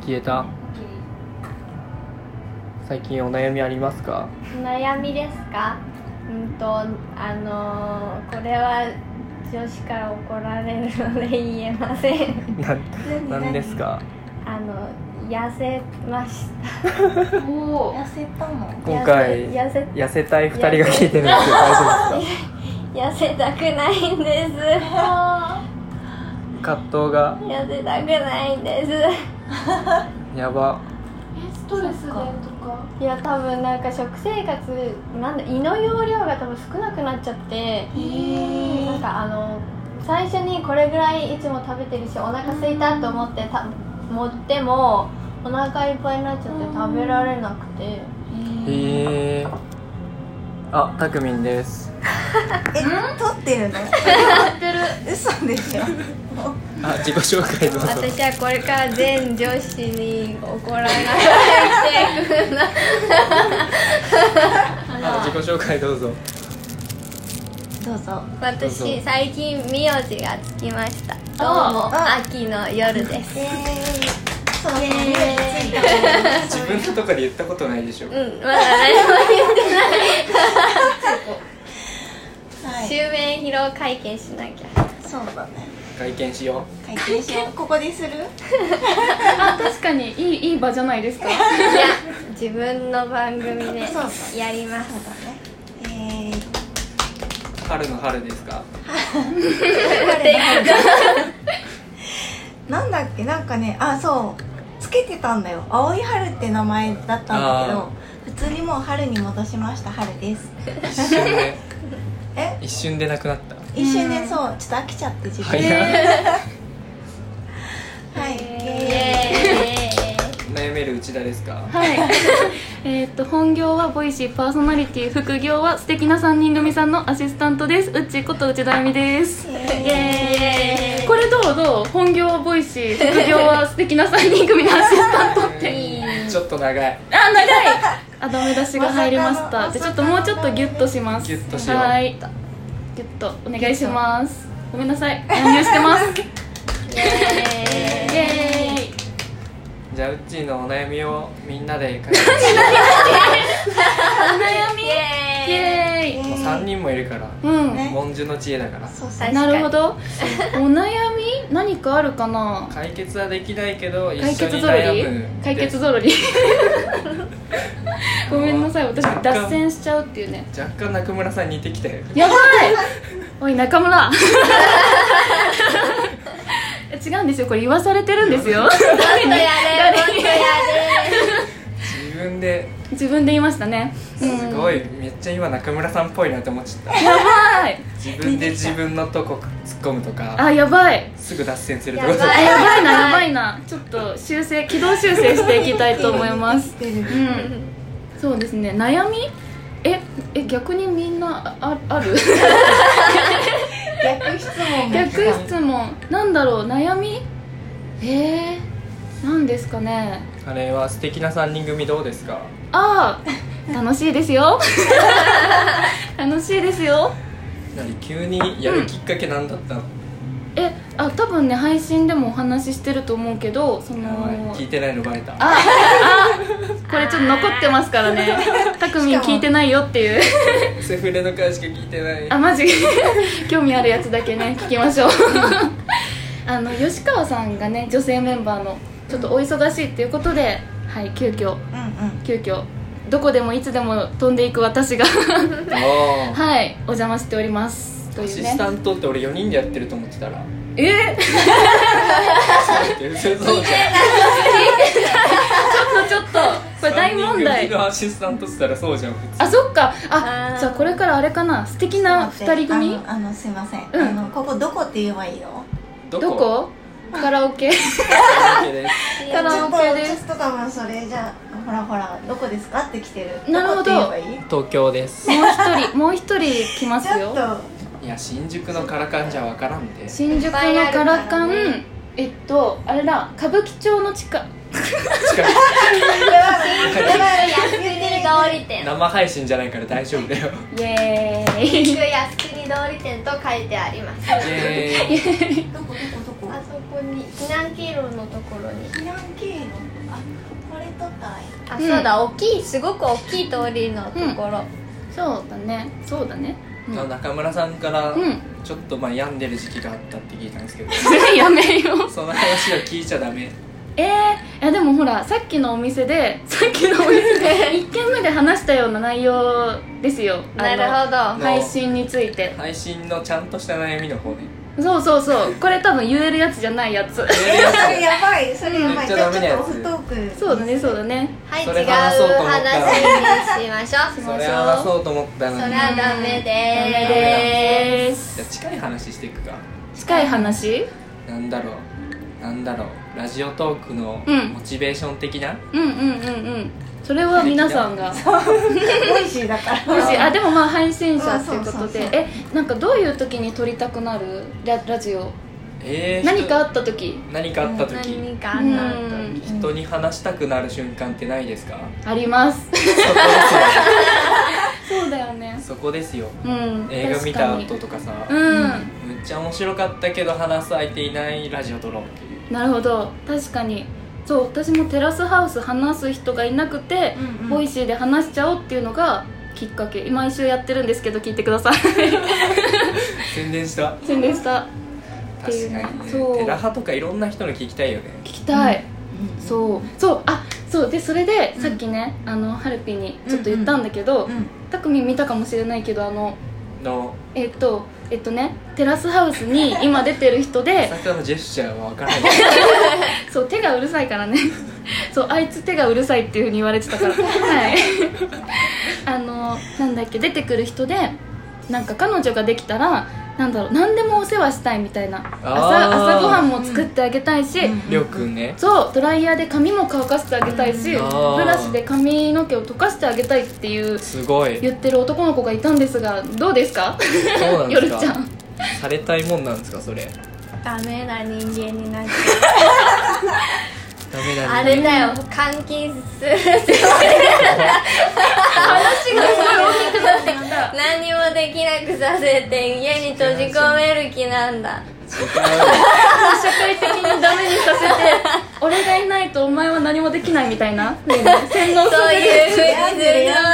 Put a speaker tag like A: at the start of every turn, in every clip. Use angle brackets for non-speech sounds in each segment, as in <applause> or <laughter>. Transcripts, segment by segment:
A: 消えた最近お悩みあります <laughs> か
B: 悩みですかうんとあのーこれは女子から怒られるので言えません <laughs>
A: なんなんですか
B: あの痩せました
C: お
D: 痩せたの
A: 今回
B: 痩せ
A: 痩せたい2人が聞 <laughs> いてるんですけど大丈夫です
B: 痩せたくないんです <laughs>
A: か葛藤が
B: 痩せたくないんです
A: やば
C: えストレスでとか
B: いや多分なんか食生活なんだ胃の容量が多分少なくなっちゃってなんかあの最初にこれぐらいいつも食べてるしお腹空いたと思ってた持ってもお腹いっぱいになっちゃって食べられなくて
A: へえあたくみんです
D: え撮ってるの
C: やってる
D: 嘘でしょ
A: あ自己紹介どうぞ
B: 私はこれから全女子に怒られないでいくな
A: あ自己紹介どうぞど
D: どうぞ
A: うぞ
B: 私最近名字がつきました
C: あ
B: どうも秋の夜です
D: イエーイそうそう
B: イエー
D: つ
B: イ
D: いたの
A: 自分のとかで言ったことないでしょ
B: うんまだ何も言ってない
D: はい
B: 襲名披露会見しなきゃ
D: そうだね
A: 外見しよ
D: 会見しようここでする
C: あ確かにいいいい場じゃないですか
B: いや自分の番組で
D: そうそ
B: やります <laughs>
D: そうだねえー
A: う春の春ですか
D: なんだっけなんかねあそうつけてたんだよ青い春って名前だったんだけ
A: あ
D: ど普通にもう春に戻しました春です
A: 一瞬で
D: え
A: 一瞬でなくなった
D: 一瞬ねそうちょっと飽きちゃって自分
A: 早い、
D: はい
B: イ
D: イエーイ
B: エ
A: 悩める内田ですか
C: はい <laughs> えーっと本業はボイシーパーソナリティ副業は素敵な3人組さんのアシスタントですうっちこと内田恵美です
B: ーイイエーイ
C: これどうどう本業はボイシー副業は素敵な3人組のアシスタン <laughs> ト
A: ちょっと長い
C: あ長いあダメ出しが入りまし
D: まさか
C: た
D: の
C: じゃあちょっともうちょっとギュッとします
A: ギュッとしよう
C: はいギュッとお願いしますごめんなさい乱入してますイエーイ
A: じゃあうっちーのお悩みをみんなで解決
C: お悩み
B: イ
C: イ
B: エーイ
C: エー
A: も
C: イ
A: う3人もいるから
C: うん、
D: ね
A: 文殊の知恵だから
D: そうそう
B: 確
C: な
B: か
C: る
B: に
C: ほどお悩み何かあるかな
A: 解決はできないけど一
C: 解
A: 緒
C: 決
A: に
C: ぞろり
A: 悩む
C: 解決ぞろりごめんなさい私
A: 若干
C: 脱線しちゃうっていうね
A: 若干中村さん似てきたよ
C: やばいおい中村違うんですよこれ言わされてるんですよ
B: もっとや
A: <laughs>
B: れもっとやれ
A: 自分で
C: 自分で言いましたね
A: すごいめっちゃ今中村さんっぽいなって思っちゃった
C: やばい
A: 自分で自分のとこ突っ込むとか
C: あやばい
A: すぐ脱線するとか
B: やば
C: あやばいなやばいなちょっと修正軌道修正していきたいと思い
D: <laughs>
C: ます
D: 出る
C: うんそうですね悩みええ逆にみんなああある
D: 逆質問が来
C: 逆質問なんだろう悩みえー、なんですかね
A: あれは素敵な3人組どうですか
C: ああ楽しいですよ楽しいですよ
A: 何急にやるきっかけなんだったの、
C: えあ多分ね配信でもお話ししてると思うけどそ
A: やばい
C: の
A: 聞いてないのバレた
C: ああこれちょっと残ってますからねたくみん聞いてないよっていう
A: セフレの回しか聞いてない
C: あマジ <laughs> 興味あるやつだけね聞きましょうあの吉川さんがね女性メンバーのちょっとお忙しいっていうことで、はい急
D: うん
C: 遽
D: うん
C: 急遽どこでもいつでも飛んでいく
B: <laughs>
C: 私が
A: あー
C: はいお邪魔しておりますと
A: ア
C: いう
A: シ
C: ね
A: スタントって俺4人でやってると思ってたら
C: えー、
A: そうそうじゃん
C: ちょっとちょっとこれ大問
A: 3人組
C: 題
A: のアシスタントっつったらそうじゃん普通
C: あそっかあ
B: あー
C: じゃあこれからあれかな素敵な2人組
D: あのあのすいません、
C: うん
D: あのここどこって言えばいいの
A: ど
C: どこカラオ
B: <laughs>
C: ケ
A: だけです
C: カラオケです
D: ちょっと多分それじゃあほらほらどこですかって来てる
C: なるほど
D: ここって言えばいい
A: <laughs> 東京です
C: もう一人もう一人来ます
D: ちょ
C: よ
D: っと
A: いや新宿のカラカンじゃわからんで
C: 新宿のガラカン、
B: いっぱいあるからね
C: えっとあれだ歌舞伎町の地下
A: 近
B: これは安くに通り
A: い
B: 店
A: 生配信じゃないから大丈夫だよ
C: イエ
B: 安
C: ー
B: く
C: イ
B: に通り店と書いてあります
A: イエーイ
D: どこどこどこ
B: あそこに避難経路のところに
D: 避難経路
A: <laughs>
B: あそうだ大きいすごく大きい通りのところ、
C: そうだねそうだ
A: <laughs>
C: ねうん
A: あ中村さんから
C: うん
A: ちょっとまあ病んでる時期があったって聞いたんですけど
C: やめよう
A: その話は聞いちゃダメ
C: えー、いやでもほらさっきのお店でさっきのお店で <laughs> 1軒目で話したような内容ですよあの
B: なるほど
C: 配信について
A: 配信のちゃんとした悩みの方ね
C: そうそうそうこれ多分言えるやつじゃないやつ
D: それやばいそれやば
A: めっち
D: いじ
A: ゃ
D: ゃ
A: ダ
D: あち
A: メなや
D: ょっとオ
A: つ
D: フトーク
C: そう
D: <laughs>
C: だねそうだね
B: はい違
A: そうれ話そうと思ったら
B: 話にしましょう
A: それ話そうと思ったの
B: そ
A: に
B: れ
A: じゃ
B: はダメで
C: ダ
B: す
C: メです
A: あ近い話していくか
C: 近い話
A: なんだろうなんだろうラジオトークの
C: うん
A: モチベーション的な、
C: うんうんうんうんそれは皆さんが
D: ボイシーだから
C: もしあでもまあ配信者っていうこ
D: あそ
C: と
D: うそうそう
C: でえなんかどういう時に撮りたくなるララジオ
A: えー
C: 何かあ
A: 人
C: った時
A: 何かあった時、
B: 何かあった後
C: うん
B: に
A: 人に話したくなる瞬間ってないです
C: <laughs>
A: か
C: あります
A: そこです
C: そうだよね
A: よそこですよ
C: うん
A: 映画見た後とかさ
C: 確かにうん、
A: むっちゃ面白かったけど話す相手いないラジオ撮ろうっていう
C: なるほど確かにそう私もテラスハウス話す人がいなくて、
D: うんうん
C: ボイシーで話しちゃおうっていうのがきっかけ毎週やってるんですけど聞いてください
A: 宣伝した
C: 宣伝したってい
A: 確
C: うね
A: かにね
C: そう
A: テラハとかいろんな人の聞きたいよね
C: 聞きたい、
D: うん
C: そうそうあそうでそれで
D: うん
C: さっきね、あのハルピにちょっと言ったんだけど、
D: うん
C: たくみん見たかもしれないけどあの
A: の
C: えっとえっとねテラスハウスに今出てる人で
D: <laughs>
A: さっきのジェスチャーは分から
C: <laughs>
A: ない
C: そう手がうるさいからねそうあいつ手がうるさいっていうふうに言われて
A: <laughs>
C: たからはいあのなんだっけ出てくる人でなんか彼女ができたらなんだろう何でもお世話したいみたいな
A: あー
C: 朝朝ごはんも作ってあげたいし、
D: うん
A: りょうくんね
C: そうドライヤーで髪も乾かしてあげたいし、
A: うんあー
C: ブラシで髪の毛を溶かしてあげたいっていう
A: すごい
C: 言ってる男の子がいたんですがどうで
A: <laughs>
C: すか
A: そうなんで
C: 夜
A: す
C: ち
A: か
C: ゃん
A: されたいもんなんですかそれ
B: ダメな人間になっちゃ
A: ダメ
B: う
A: だね
B: あれだよ監禁する
C: 話がすごい大きくなってきた
B: <laughs> 何もできなくさせて家に閉じ込める気なんだ
A: 違う
C: <laughs> 社会的にダメにさせて俺がいないとお前は何もできないみたいな風に洗脳
B: そう
C: される
B: いうふうにするつも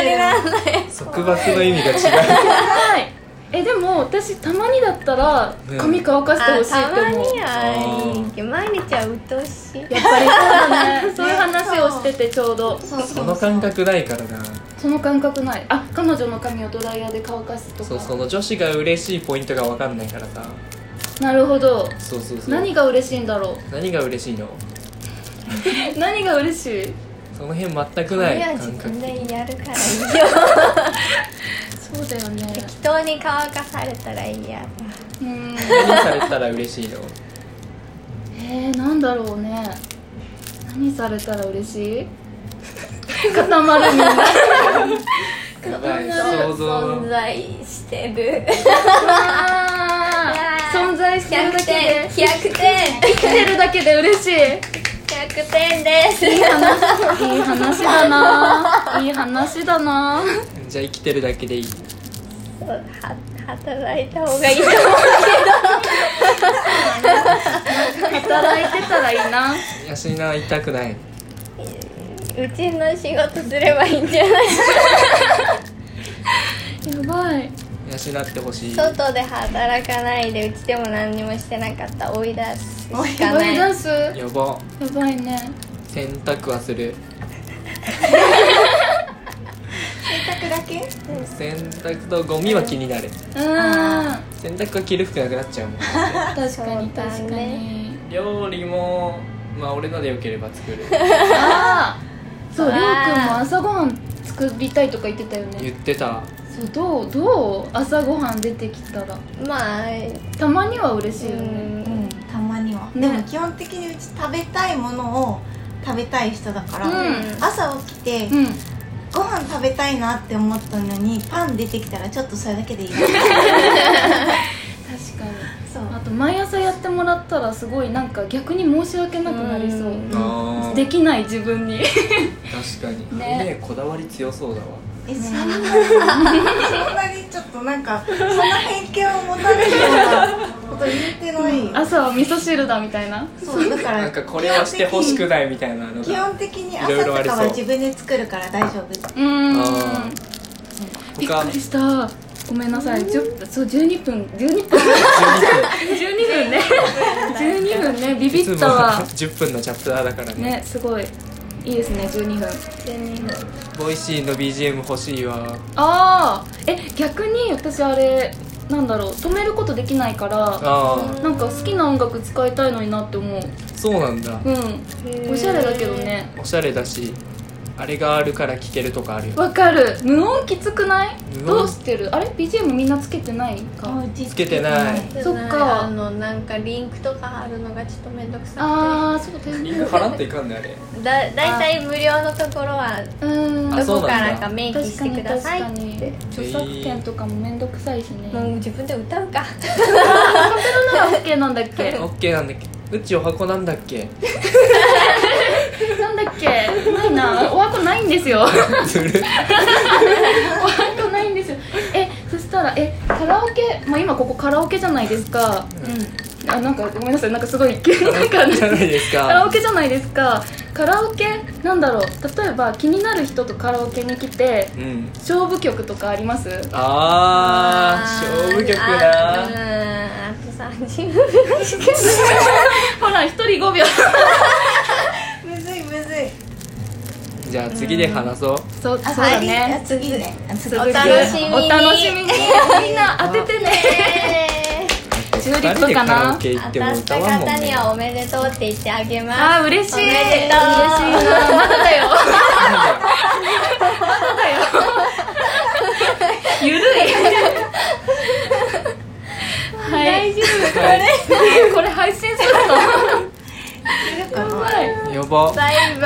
B: りなんだ
A: 束縛の意味が違う
C: はいえでも私たまにだったら
A: うん
C: 髪乾かしてほしい
B: あ
C: って
B: たま
C: 思う、
B: にはいいけど毎日は鬱陶しい
C: やっぱりそうだねそういう話をしててちょうど
D: そうそう
A: <laughs> その感覚ないからな
C: その感覚ないあ彼女の髪をドライヤーで乾かすとか
A: そうその女子が嬉しいポイントが分かんないからさ
C: なるほど
A: そうそうそう
C: 何が嬉しいんだろ
A: 何が嬉しいの
C: う <laughs> 何が嬉しい
A: その辺全く
B: い
A: ない
B: や自
A: 感覚
B: 分でやるからいいよ
C: そうだよね
B: 適当に乾かされたらいいや
C: うん
A: 何されたら嬉しいの
C: えー、なんだろうね何されたら嬉しい <laughs> 固まるみんな
A: やばい想像
B: 存在してる
C: あー存在してるだ
B: 100
C: け
B: 点
C: で
B: 100点
C: 生きてるだけで嬉しい
B: 100点です
C: いい話だ <laughs> ないい話だな
A: じゃあ生きてるだけでいい
B: は働いた方がいいと思
C: 働いてたらいいな
A: 安いな痛くないう
B: うちの仕事すればいいんじゃない
C: やばい
A: 養ってほしい
B: 外で働かないでうちでも何にもしてなかった追い出すしか
C: 思
B: ないい
C: 出すや
A: やば
C: ばいね
A: 洗濯はする
D: 洗濯だけ
A: 洗濯とゴミは気になる
C: うん確
A: 洗濯は着る服なくなっちゃうもん
C: かに
B: そうだね
C: 確かに
A: 料理もまあ俺のでよければ作
C: <laughs>
A: る
C: ああそう
B: わ
C: りょうくん
B: ー
C: も朝ごはん作りたいとか言ってたよね
A: 言ってた
C: そうどうどう朝ごはん出てきたら
B: まあ
C: たまには嬉しいうよね
B: ん
D: うんたまには、で
C: ね
D: も基本的にうち食べたいものを食べたい人だから、
C: うん
D: 朝起きて、
C: うん
D: ご飯食べたいなって思ったのにパン出てきたらちょっとそれだけでい <laughs> い
C: 確かに
D: そう
C: あと毎朝やってもらったらすごいなんか逆に申し訳なくなりそう
B: うん
A: あ
C: できない自分に
A: 確かに
C: ね
A: ねこだわり強そうだわ
D: えそんなそんなにちょっとなんかそんな偏見を持たれるようなこと言ってないよ
C: 朝は味噌汁だみたいな
D: そうだか
A: な
D: ら
A: んかこれはしてほしくないみたいなの
D: 基
A: が
D: 本的に
A: いろ
D: 朝
A: いろあ
D: と
A: り
D: か
A: そう
D: は自分で作るから大丈夫
C: うー
A: あ
C: んびっ
A: 他
C: くりしたごめんなさいじゅそう12分12分 <laughs> 12分 <laughs> ね12分ねビビ
A: いつも <laughs>
C: ったわ
A: 10分のチャプターだからね
C: ねすごいいいですね12分
A: ボイシーの BGM 欲しいわ
C: ああえ逆に私あれなんだろう止めることできないから
A: ああ
C: なんか好きな音楽使いたいのになって思う
A: そうなんだ
C: うんおしゃれだけどね
A: おしゃれだしあれがあるから聴けるとかあるよ
C: わかる無音きつくない
A: 無音
C: どうしてるあれ BGM みんなつけてないか
A: つけてない
B: そ
C: そ
B: っ
C: っ
B: か
C: か
B: あのなんかリンクとかあるのがちょっとめんどくさ
C: ああそうだよ
A: リ
C: ね
A: ンク払っていかんね
C: <laughs>
A: あれ
B: くてだだいたい無料のところは
C: うーん
A: あ
B: ど
A: そう
B: こ
A: なんだ
B: からか明記
C: 確
B: し
C: か
B: てく
C: に
B: だ
C: 確
B: さい
C: か
B: って
C: に著作権とかもめんどくさいしね、
B: もう自分で歌うか
C: そんなのは OK なんだっけ
A: <laughs> オッケーなんだっけうちお箱なんだっけ
C: なんだっけないなお箱ないんですよお
A: ずる
C: 箱ないんですよえそしたらえカラオケ、まあ、今ここカラオケじゃないですかあなんかごめんなさいなんかすごい急になん
A: <laughs>
C: か
A: じゃないです
C: カラオ
A: か
C: ケじゃないですかカラオケなんだろう例えば気になる人とカラオケに来て
A: うん
C: 勝負曲とかあります
A: あー勝負曲
B: あう
A: な
B: ーんあと30分ぐらいしか
C: <laughs> ほら一人5秒
D: むずいむずい
A: じゃあ次で話そう
C: そうそう
D: あ
C: だね
D: 次ねあ次
B: お
C: 続き
B: 楽しみに
C: お楽しみにみんな当ててねチューリ
A: 二
C: ッ
A: 人
C: プ
A: で
C: か
A: カラ
C: な
A: オケ行
B: 当 <laughs>
A: っても
B: たっ
A: 歌
B: た
A: わんもん
B: 方に
A: ね
B: はおめでとうって言ってあげます
C: あー嬉しい
B: おめ <laughs>
C: <laughs>
B: でとう
C: 嬉しいなまだだ <laughs> よゆるいはい大丈
A: は
C: 夫これ配信するの
D: するかな
C: はい
A: いやば
B: バイバイ